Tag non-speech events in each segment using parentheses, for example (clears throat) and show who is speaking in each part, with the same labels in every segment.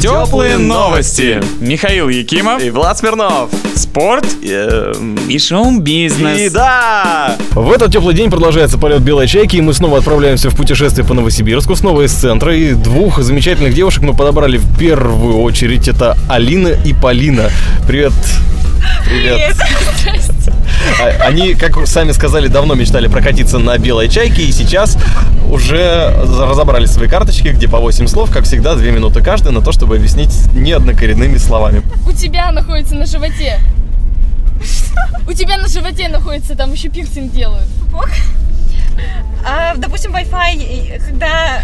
Speaker 1: Теплые новости. Михаил Якимов,
Speaker 2: И Влад Смирнов.
Speaker 1: спорт и
Speaker 2: И
Speaker 1: шоу-бизнес.
Speaker 2: да!
Speaker 3: В этот теплый день продолжается полет белой чайки, и мы снова отправляемся в путешествие по Новосибирску, снова из центра. И двух замечательных девушек мы подобрали в первую очередь. Это Алина и Полина. Привет. Привет. А- Они, как сами сказали, давно мечтали прокатиться на белой чайке, и сейчас уже за- разобрали свои карточки, где по 8 слов, как всегда, 2 минуты каждый на то, чтобы объяснить неоднокоренными словами.
Speaker 4: У тебя находится на животе. У тебя на животе находится, там еще пирсинг делают.
Speaker 5: А, допустим, Wi-Fi, и когда...
Speaker 4: э,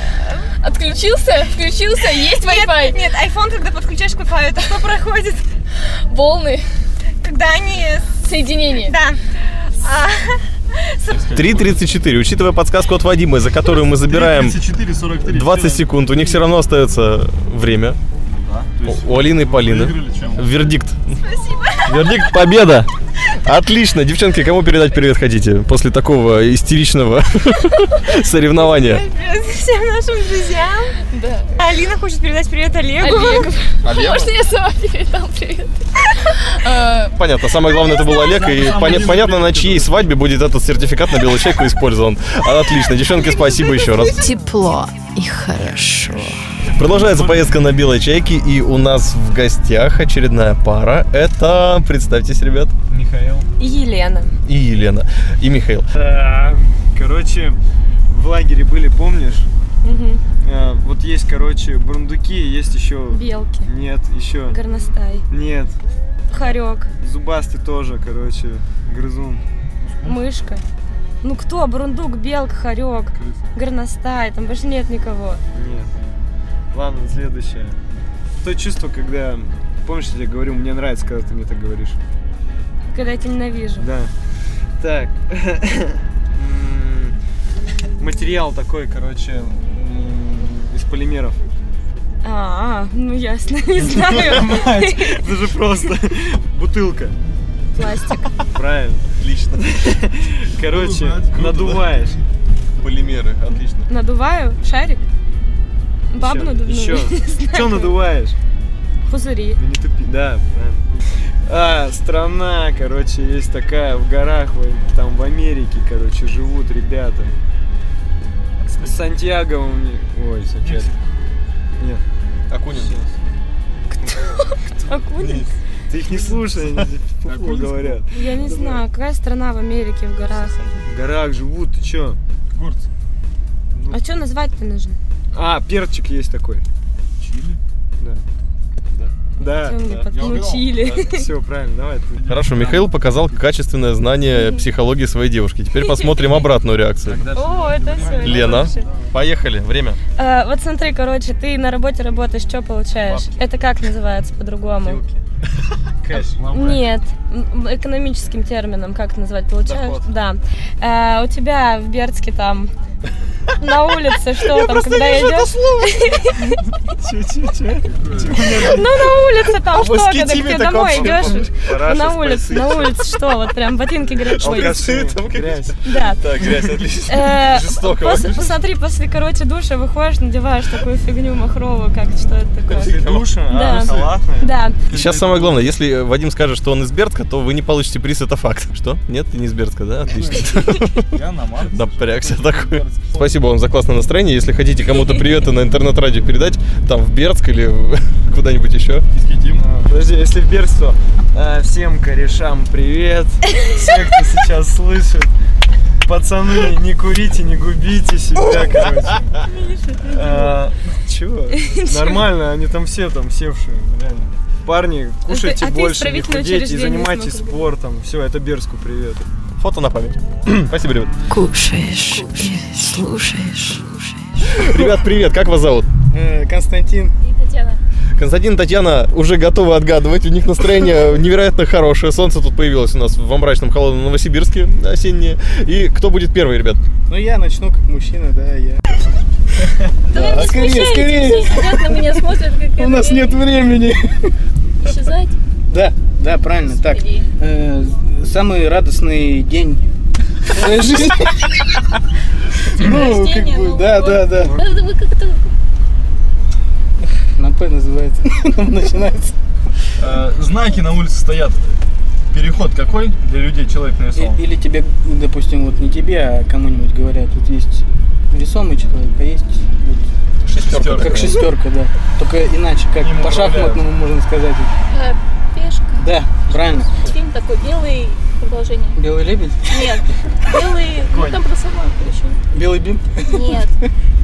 Speaker 4: Отключился? Включился? Есть Wi-Fi?
Speaker 5: Нет, нет, iPhone, когда подключаешь к Wi-Fi, это что проходит?
Speaker 4: Волны?
Speaker 5: Когда они... с-
Speaker 4: Соединение?
Speaker 5: Да. А,
Speaker 3: 3.34. Учитывая подсказку от Вадима, за которую мы забираем
Speaker 6: 34-43.
Speaker 3: 20 секунд, у них все равно остается время. У- У Алины и Полины. Вердикт. Спасибо. Вердикт победа. Отлично. Девчонки, кому передать привет хотите после такого истеричного (laughs) соревнования?
Speaker 5: привет всем нашим друзьям.
Speaker 4: Да.
Speaker 5: Алина хочет передать привет Олегу.
Speaker 4: Олег. Можно я сама передам привет? А,
Speaker 3: Понятно. Самое главное, это был Олег. И поня- понятно, на чьей свадьбе будет этот сертификат на белую чайку использован. А, Отлично. Девчонки, ну, спасибо еще раз.
Speaker 7: Тепло и хорошо.
Speaker 3: Продолжается поездка на белой чайке. И у нас в гостях очередная пара. Это, представьтесь, ребят,
Speaker 6: Михаил.
Speaker 5: Елена.
Speaker 3: и Елена, и Михаил.
Speaker 6: Короче, в лагере были, помнишь? Э, Вот есть, короче, брундуки, есть еще...
Speaker 5: Белки.
Speaker 6: Нет, еще...
Speaker 5: Горностай.
Speaker 6: Нет,
Speaker 5: Хорек.
Speaker 6: зубастый тоже, короче, грызун.
Speaker 5: Мышка. Ну кто? Брундук, белка, хорек, горностай. Там больше нет никого.
Speaker 6: Нет. Ладно, следующее. То чувство, когда... Помнишь, я тебе говорю, мне нравится, когда ты мне так говоришь?
Speaker 5: Когда я тебя ненавижу.
Speaker 6: Да. Так. М, Материал такой, короче, м, из полимеров. (laughs)
Speaker 5: А, ну ясно, не знаю.
Speaker 6: Это же просто бутылка.
Speaker 5: Пластик.
Speaker 6: Правильно.
Speaker 3: Отлично.
Speaker 6: Короче,
Speaker 3: Круто, да?
Speaker 6: надуваешь.
Speaker 3: Полимеры, отлично.
Speaker 5: Надуваю шарик. Бабу надувную.
Speaker 6: Еще. Что надуваешь?
Speaker 5: Пузыри.
Speaker 6: Ну не тупи. Да, правильно. А, страна, короче, есть такая в горах, в- там в Америке, короче, живут ребята. С- Сантьяго у них. Ой, Сантьяго. Нет.
Speaker 3: Акунин.
Speaker 5: Акунин?
Speaker 6: Ты (laughs) их не слушай, они тебе фуфло говорят.
Speaker 5: Я не знаю, какая страна в Америке, в горах.
Speaker 6: В горах живут, ты чё?
Speaker 5: А что назвать-то нужно?
Speaker 6: А, перчик есть такой. Чили? Да.
Speaker 5: Всё, мне
Speaker 6: Да.
Speaker 5: подключили.
Speaker 6: Да. Все, правильно, давай. ты.
Speaker 3: Хорошо, Михаил показал качественное знание психологии своей девушки. Теперь
Speaker 5: (laughs)
Speaker 3: посмотрим обратную реакцию.
Speaker 5: О, это все.
Speaker 3: Лена, поехали, время.
Speaker 5: Вот смотри, короче, ты на работе работаешь, что получаешь? Это как называется по-другому?
Speaker 6: Кэш.
Speaker 5: Нет, м, экономическим термином как это назвать? Получаешь?
Speaker 6: Доход.
Speaker 5: Да. Э, У тебя в Бердске там на улице что там, когда идешь?
Speaker 6: Чё, чё, чё?
Speaker 5: (laughs) Ну на улице
Speaker 6: А
Speaker 5: там что,
Speaker 3: баскетиме
Speaker 5: когда ты
Speaker 3: так
Speaker 5: домой
Speaker 3: вообще
Speaker 5: идешь?
Speaker 3: Параша
Speaker 5: На
Speaker 3: с
Speaker 5: улице, на улице что? Вот прям ботинки грязные.
Speaker 6: Алкаши,
Speaker 3: там, конечно.
Speaker 6: Ну, грязь.
Speaker 5: Да.
Speaker 3: Так, грязь, отлично.
Speaker 5: Э,
Speaker 3: Жестоко.
Speaker 5: пос- Посмотри, после, короче, душа выходишь, надеваешь такую фигню махровую, как что это такое.
Speaker 6: После душа,
Speaker 5: Да.
Speaker 6: а, салатная.
Speaker 5: Да,
Speaker 3: Сейчас самое главное, если э, Вадим скажет, что он из Бердска, то вы не получите приз, это факт. (laughs) Что? Нет, ты не из Бердска, да? Отлично.
Speaker 6: (laughs) Я на Марс.
Speaker 3: Напрягся такой. Спасибо вам за классное настроение. Если хотите кому-то привет на интернет-радио передать, там в Бердск или в- (laughs) куда-нибудь еще.
Speaker 6: А, Подожди, если в Бердск, то, а, всем корешам привет. Все, кто сейчас слышит. Пацаны, не курите, не губите себя, короче. А,
Speaker 5: (laughs)
Speaker 6: Чего? Нормально, они там все там севшие, реально. Парни, кушайте
Speaker 5: а ты
Speaker 6: больше, не
Speaker 5: исправительное
Speaker 6: худейте и
Speaker 5: учреждение
Speaker 6: занимайтесь
Speaker 5: смог
Speaker 6: спортом. Все, это Берску привет.
Speaker 3: Фото на память. (clears throat) Спасибо, ребят.
Speaker 7: Кушаешь, слушаешь.
Speaker 3: Ребят, привет, как вас зовут?
Speaker 6: Э, Константин.
Speaker 3: Константин и Татьяна уже готовы отгадывать. У них настроение невероятно хорошее. Солнце тут появилось у нас во мрачном холодном Новосибирске осеннее. И кто будет первый, ребят?
Speaker 6: Ну я начну как мужчина, да, я.
Speaker 4: Да вы не смущаетесь,
Speaker 6: скорее, скорее.
Speaker 4: все сидят на меня, смотрят, как я
Speaker 6: нет времени.
Speaker 4: исчезать.
Speaker 8: Да, да, правильно, так.
Speaker 4: Или-
Speaker 8: Э, самый радостный день в своей жизни. Ну, как
Speaker 4: рождения,
Speaker 8: бы,
Speaker 4: Новый
Speaker 8: да,
Speaker 4: год.
Speaker 8: да, да.
Speaker 4: Да Вы как-то...
Speaker 8: На П называется. (laughs) Ну, Начинается.
Speaker 6: Э, знаки на улице стоят. Переход какой для людей человек нарисовал?
Speaker 8: И- Или тебе, ну, допустим, вот не тебе, а кому-нибудь говорят, вот есть весомый человек, а есть вот
Speaker 6: Шестерка.
Speaker 8: как шестерка, да. Только иначе, как
Speaker 6: Им
Speaker 8: по шахматному можно сказать.
Speaker 4: э, Пешка.
Speaker 8: Да, правильно.
Speaker 4: Фильм такой белый, продолжение.
Speaker 8: Белый лебедь?
Speaker 4: Нет, белый, ну там про собаку еще.
Speaker 8: Белый бим?
Speaker 4: Нет,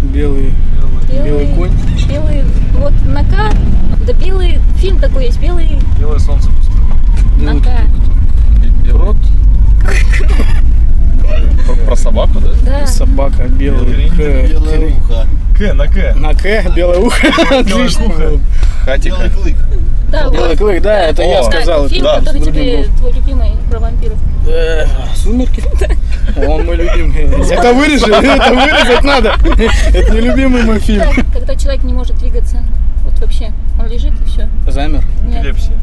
Speaker 8: Белый, белый
Speaker 4: белый,
Speaker 8: конь?
Speaker 4: белый, вот Нака, да белый, фильм такой есть, белый
Speaker 6: Белое солнце.
Speaker 8: Белый
Speaker 4: Нака,
Speaker 3: Рот. Про, про собаку, да?
Speaker 4: да.
Speaker 8: собака, белый
Speaker 6: Лебедь,
Speaker 8: к-
Speaker 6: К на К.
Speaker 8: На К, белое ухо. Отлично.
Speaker 6: ухо.
Speaker 8: было.
Speaker 3: Хатика.
Speaker 4: Да,
Speaker 8: Белый
Speaker 4: вот.
Speaker 8: клык, да, это я
Speaker 3: О.
Speaker 4: Да,
Speaker 8: сказал.
Speaker 4: фильм,
Speaker 8: это
Speaker 4: который
Speaker 8: с другим
Speaker 4: тебе
Speaker 8: был.
Speaker 4: твой любимый про вампиров.
Speaker 8: Э, Сумерки? (laughs) Он мой любимый. Это вырежем, это вырезать надо. Это не любимый мой фильм.
Speaker 4: Да, когда человек не может двигаться, вот вообще, он лежит и все.
Speaker 8: Замер.
Speaker 4: Нет,
Speaker 6: Эпилепсия.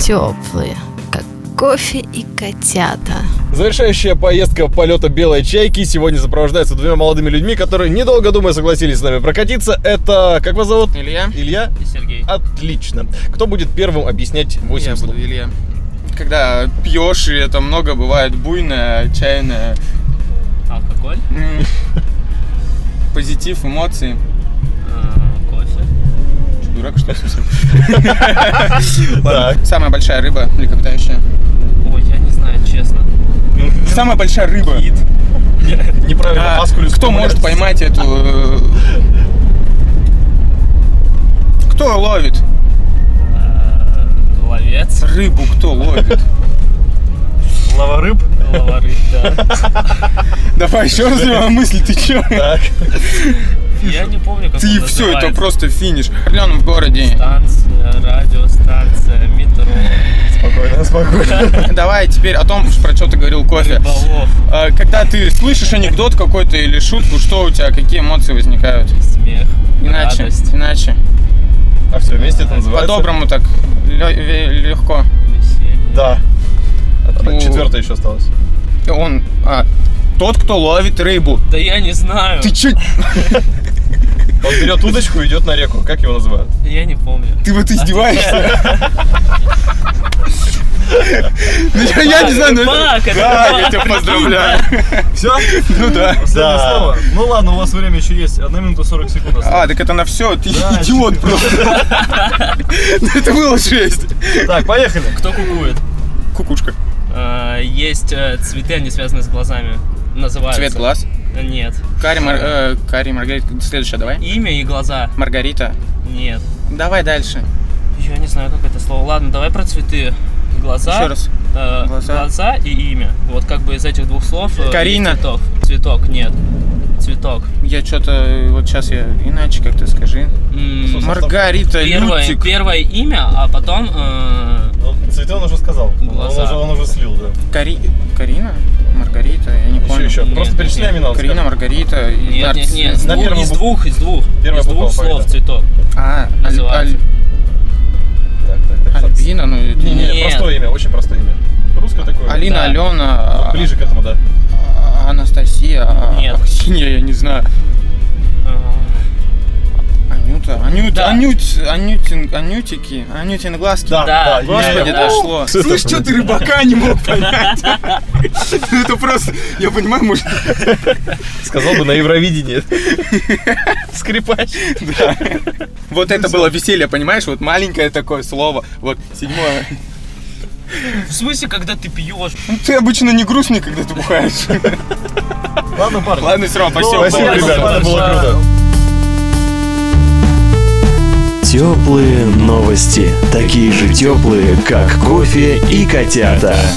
Speaker 7: Теплые, как кофе и котята.
Speaker 3: Завершающая поездка полета белой чайки сегодня сопровождается двумя молодыми людьми, которые, недолго думая, согласились с нами прокатиться. Это, как вас зовут?
Speaker 2: Илья
Speaker 3: Илья?
Speaker 2: и Сергей.
Speaker 3: Отлично. Кто будет первым объяснять 8
Speaker 2: Я
Speaker 3: слов?
Speaker 2: буду Илья. Когда пьешь, и это много бывает буйное, чайное. Алкоголь? (laughs) Позитив, эмоции. А, Кофе. Дурак, что ли, совсем?
Speaker 3: Так.
Speaker 2: Самая большая рыба млекопитающая. Ой, я не знаю, честно. Самая большая рыба.
Speaker 3: Неправильно.
Speaker 2: А,
Speaker 3: аскулюс
Speaker 2: кто может
Speaker 3: кумулятивс.
Speaker 2: поймать эту... э, Кто ловит?
Speaker 9: Э,
Speaker 2: Ловец. Рыбу кто ловит?
Speaker 6: Ловорыб.
Speaker 2: Давай еще раз развивай мысль, ты че?
Speaker 3: Так.
Speaker 9: Я не помню, как
Speaker 2: Ты
Speaker 9: он
Speaker 2: все, это
Speaker 9: называется.
Speaker 2: просто финиш. В определенном городе.
Speaker 9: Станция, радиостанция, метро,
Speaker 3: Спокойно, спокойно.
Speaker 2: (coughs) Давай теперь о том, про что ты говорил кофе.
Speaker 9: рыболов,
Speaker 2: А, Когда ты слышишь анекдот какой-то или шутку, что у тебя, какие эмоции возникают?
Speaker 9: смех,
Speaker 2: Иначе,
Speaker 9: радость,
Speaker 2: иначе.
Speaker 3: А все вместе это называется?
Speaker 2: По-доброму так, лё- ве- легко.
Speaker 9: веселье.
Speaker 3: Да.
Speaker 2: Ну.
Speaker 3: Четвертое еще осталось.
Speaker 2: И Он, а, тот, кто ловит рыбу.
Speaker 9: Да я не знаю,
Speaker 2: Ты че?
Speaker 3: Он берет удочку и идет на реку. Как его называют?
Speaker 9: я не помню.
Speaker 2: Ты вот
Speaker 9: (laughs)
Speaker 2: издеваешься? Ну, я- Я не знаю, но...
Speaker 9: Рыбак, это
Speaker 2: Да, я тебя поздравляю.
Speaker 6: Все?
Speaker 2: Ну да.
Speaker 6: Последнее
Speaker 3: Да.
Speaker 6: слово. Ну ладно, у вас время еще есть. 1 минута 40 секунд осталось.
Speaker 2: А, так это на все, ты
Speaker 6: Да,
Speaker 2: идиот просто.
Speaker 9: (laughs)
Speaker 2: (laughs) Ну, Это было жесть.
Speaker 6: Так, поехали.
Speaker 9: кто кукует?
Speaker 2: Кукушка.
Speaker 9: А, Есть э, цветы, они связаны с глазами. Называются.
Speaker 2: Цвет глаз.
Speaker 9: Э, Нет.
Speaker 2: Кари, Мар- э, Кари, Маргарита, следующая давай.
Speaker 9: Имя и глаза.
Speaker 2: Маргарита.
Speaker 9: Нет.
Speaker 2: Давай дальше.
Speaker 9: Я не знаю, как это слово. Ладно, давай про цветы. Глаза.
Speaker 2: Еще раз.
Speaker 9: э,
Speaker 2: Глаза.
Speaker 9: глаза. и имя. Вот как бы из этих двух слов. э,
Speaker 2: Карина.
Speaker 9: есть Цветок. Цветок, нет. Цветок.
Speaker 2: Я что-то, вот сейчас я иначе как-то скажи.
Speaker 9: М,
Speaker 2: Маргарита,
Speaker 9: Первое,
Speaker 2: Лютик.
Speaker 9: первое имя, а потом... э,
Speaker 3: Цветы Ну, он уже сказал. Он
Speaker 9: Ну, Глаза.
Speaker 3: уже, он уже слил, да.
Speaker 2: Кари... Карина? Маргарита, я не понял.
Speaker 3: Еще, еще.
Speaker 9: Нет,
Speaker 3: Просто перечисляй
Speaker 9: нет.
Speaker 3: имена. вот
Speaker 2: Карина, Маргарита и
Speaker 9: Нет, нет,
Speaker 2: Нарцисс.
Speaker 9: нет, из
Speaker 3: На
Speaker 9: двух,
Speaker 3: первую
Speaker 9: из
Speaker 3: букву.
Speaker 9: двух, из двух,
Speaker 3: Первая
Speaker 9: из двух
Speaker 3: буква
Speaker 9: слов
Speaker 3: алфавита.
Speaker 9: цветок.
Speaker 2: А, Аль-
Speaker 9: Называется.
Speaker 3: скажи. Так, так, так.
Speaker 2: Альбина, ну... это
Speaker 3: Не, не,
Speaker 9: Нет.
Speaker 3: простое имя, очень простое имя. Русское такое.
Speaker 2: Алина,
Speaker 9: Да.
Speaker 2: Алена,
Speaker 3: Вот Ближе к этому, да.
Speaker 2: а- Анастасия, а-
Speaker 9: Нет.
Speaker 2: Аксинья, я не знаю.
Speaker 9: Э,
Speaker 2: А. Анюта, Анюта,
Speaker 9: Да.
Speaker 2: Анють, Анютин, Анютики, Анютин глазки.
Speaker 9: Да,
Speaker 2: Господи,
Speaker 9: Да.
Speaker 2: дошло.
Speaker 3: Что это
Speaker 2: Слышь, что ты рыбака не мог понять? (laughs) Ну это просто, я понимаю, может,
Speaker 3: Сказал бы на Евровидении.
Speaker 2: скрипач. Да. Вот это было веселье, понимаешь? Вот маленькое такое слово. Вот седьмое.
Speaker 9: В смысле, когда ты пьешь?
Speaker 2: Ну, Ты обычно не грустный, когда ты бухаешь.
Speaker 6: Ладно, парни. Ну,
Speaker 2: Ладно, все равно, спасибо.
Speaker 3: Спасибо,
Speaker 2: Было
Speaker 3: ребята,
Speaker 2: здорово.
Speaker 3: это было круто.
Speaker 10: Теплые новости, такие же теплые, как кофе и котята.